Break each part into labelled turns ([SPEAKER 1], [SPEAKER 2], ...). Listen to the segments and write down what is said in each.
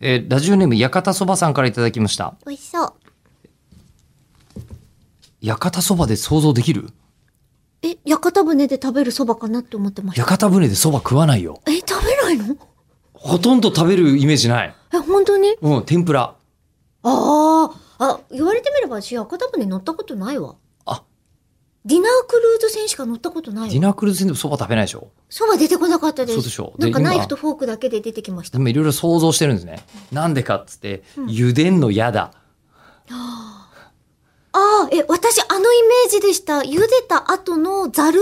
[SPEAKER 1] えーラジオネーム、屋形そばさんからいただきました。
[SPEAKER 2] 美味しそう。
[SPEAKER 1] 屋形そばで想像できる
[SPEAKER 2] え、屋形船で食べるそばかなって思ってました。
[SPEAKER 1] 屋形船でそば食わないよ。
[SPEAKER 2] え、食べないの
[SPEAKER 1] ほとんど食べるイメージない。
[SPEAKER 2] え、本当に
[SPEAKER 1] うん、天ぷら。
[SPEAKER 2] ああ、あ、言われてみれば私屋形船乗ったことないわ。
[SPEAKER 1] あ、
[SPEAKER 2] ディナークルーズ船しか乗ったことな
[SPEAKER 1] デ
[SPEAKER 2] い
[SPEAKER 1] ィ
[SPEAKER 2] わ。
[SPEAKER 1] ナークルーズ船でもそば食べないでしょ
[SPEAKER 2] そば出てこなかったです。
[SPEAKER 1] そうでしょう
[SPEAKER 2] なんか
[SPEAKER 1] で今
[SPEAKER 2] ナイフとフォークだけで出てきました
[SPEAKER 1] で。もいろいろ想像してるんですね。なんでかっつって、茹でんの嫌だ。
[SPEAKER 2] ああ、え、私あのイメージでした。茹でた後のザル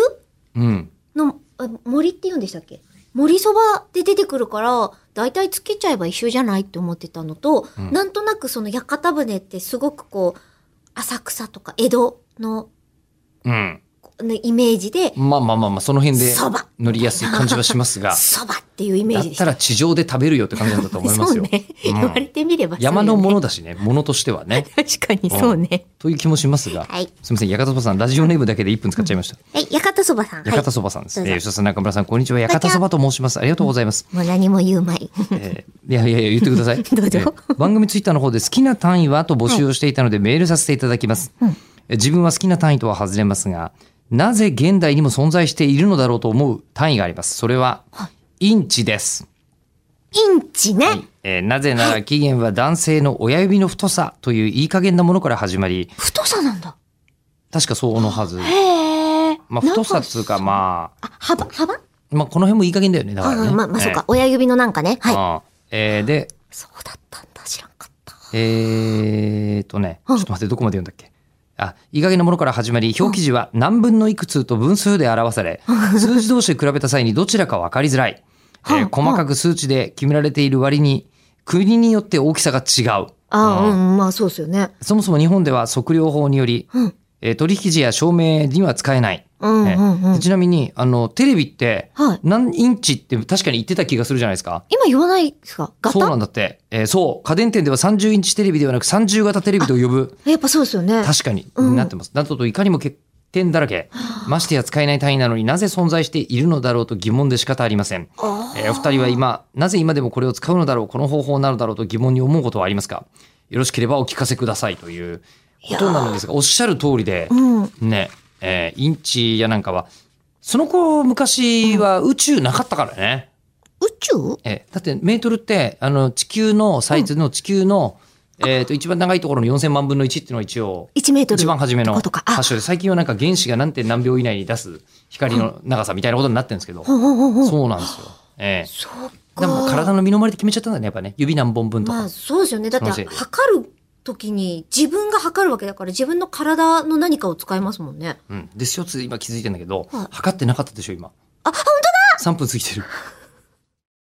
[SPEAKER 1] うん。
[SPEAKER 2] の、あ森って言うんでしたっけ森そばで出てくるから、だいたいつけちゃえば一緒じゃないって思ってたのと、
[SPEAKER 1] ん
[SPEAKER 2] なんとなくその屋形船ってすごくこう、浅草とか江戸の、
[SPEAKER 1] うん。
[SPEAKER 2] ね、イメージで、
[SPEAKER 1] まあまあまあまあ、その辺で
[SPEAKER 2] そば
[SPEAKER 1] 乗りやすい感じはしますが、
[SPEAKER 2] そばって いうイメ
[SPEAKER 1] だっ
[SPEAKER 2] ージでしたた。
[SPEAKER 1] ら地上で食べるよって感じなんだと思いま
[SPEAKER 2] そ
[SPEAKER 1] す
[SPEAKER 2] う
[SPEAKER 1] よ。
[SPEAKER 2] ね。
[SPEAKER 1] うん
[SPEAKER 2] 言われてみればそうよね
[SPEAKER 1] 山のものだしね、ものとしてはね。
[SPEAKER 2] 確かにそうね。
[SPEAKER 1] という気もしますが、
[SPEAKER 2] はい
[SPEAKER 1] すみません、館そばさん、ラジオネームだけで1分使っちゃいました。
[SPEAKER 2] はい、屋形そばさん。
[SPEAKER 1] 館
[SPEAKER 2] は
[SPEAKER 1] そばさんです。
[SPEAKER 2] どうぞ
[SPEAKER 1] えー吉田さん、中村さん、こんにちは。館そばと申します。ありがとうございます。
[SPEAKER 2] い。もう何も言うまい。
[SPEAKER 1] えーいやいやいや、言ってください。
[SPEAKER 2] どうぞ
[SPEAKER 1] えー番組ツイッターの方で好きな単位はと募集をしていたので、メールさせていただきます、えー自分は好きな単位とは外れますが、なぜ現代にも存在しているのだろうと思う単位があります。それは、インチです。
[SPEAKER 2] インチね。
[SPEAKER 1] えーなぜなら起源は男性の親指の太さといういい加減なものから始まり、
[SPEAKER 2] 太さなんだ。
[SPEAKER 1] 確かそうのはず。
[SPEAKER 2] へえ。
[SPEAKER 1] まあ、太さ
[SPEAKER 2] なん
[SPEAKER 1] っつうか、ま
[SPEAKER 2] あ、幅幅
[SPEAKER 1] あ、まあ、この辺もいい加減だよね。だ
[SPEAKER 2] あ
[SPEAKER 1] からね。
[SPEAKER 2] あ、まあ、まあ、そうか。親指のなんかね。
[SPEAKER 1] えー。
[SPEAKER 2] はい。
[SPEAKER 1] あーえーで、
[SPEAKER 2] そうだったんだ。知らんかった。
[SPEAKER 1] えー、とね、ち
[SPEAKER 2] う
[SPEAKER 1] ょ
[SPEAKER 2] ん
[SPEAKER 1] っと待って、どこまで読んだっけ。あ、いい加減なものから始まり、表記時は何分のいくつと分数で表され、数字同士で比べた際にどちらか分かりづらい。えー
[SPEAKER 2] うん
[SPEAKER 1] 細かく数値で決められている割に、国によって大きさが違う。
[SPEAKER 2] ああ、
[SPEAKER 1] う
[SPEAKER 2] うん、まあそうですよね。
[SPEAKER 1] そもそも日本では測量法により、
[SPEAKER 2] うん。
[SPEAKER 1] えー取引時や証明には使えない。
[SPEAKER 2] うん、う
[SPEAKER 1] ね
[SPEAKER 2] ん、うん
[SPEAKER 1] で。ちなみに、あの、テレビって、
[SPEAKER 2] はい。
[SPEAKER 1] 何インチって確かに言ってた気がするじゃないですか。
[SPEAKER 2] 今言わないですかガ
[SPEAKER 1] そうな
[SPEAKER 2] タ
[SPEAKER 1] んだって。えーそう。家電店では30インチテレビではなく30型テレビと呼ぶ。
[SPEAKER 2] やっぱそうですよね。
[SPEAKER 1] 確かに、
[SPEAKER 2] うん
[SPEAKER 1] なってます。などといかにも欠点だらけ、ましてや使えない単位なのになぜ存在しているのだろうと疑問で仕方ありません。
[SPEAKER 2] あ
[SPEAKER 1] えーお二人は今、なぜ今でもこれを使うのだろう、この方法なのだろうと疑問に思うことはありますかよろしければお聞かせくださいということなのですが、おっしゃる通りで
[SPEAKER 2] あ。、うん。
[SPEAKER 1] ね、えーインチやなんかは、その頃昔は宇宙なかったからね。
[SPEAKER 2] 宇宙
[SPEAKER 1] えーだってメートルって、あの、地球のサイズの地球の、えっと、一番長いところの4000万分の1っていうのが一応、
[SPEAKER 2] ?1 メートル。
[SPEAKER 1] 一番初めの
[SPEAKER 2] ってことか。あ
[SPEAKER 1] 発、祥で最近はなんか原子が何点何秒以内に出す光の長さみたいなことになってるんですけど、
[SPEAKER 2] ほんほんほんほん。
[SPEAKER 1] そうなんですよ。ええ
[SPEAKER 2] そう
[SPEAKER 1] で
[SPEAKER 2] か。
[SPEAKER 1] も体の身の回りで決めちゃったんだねやっぱね指何本分とか、
[SPEAKER 2] まあそうですよね。だっ
[SPEAKER 1] そ
[SPEAKER 2] て
[SPEAKER 1] のせいで
[SPEAKER 2] 測る時に自分が測るわけだから自分の体の何かを使いますもんね。
[SPEAKER 1] うん、で CO2 今気づいてんだけど、
[SPEAKER 2] はい
[SPEAKER 1] 測ってなかったでしょ今
[SPEAKER 2] あ、本
[SPEAKER 1] 3分過ぎてる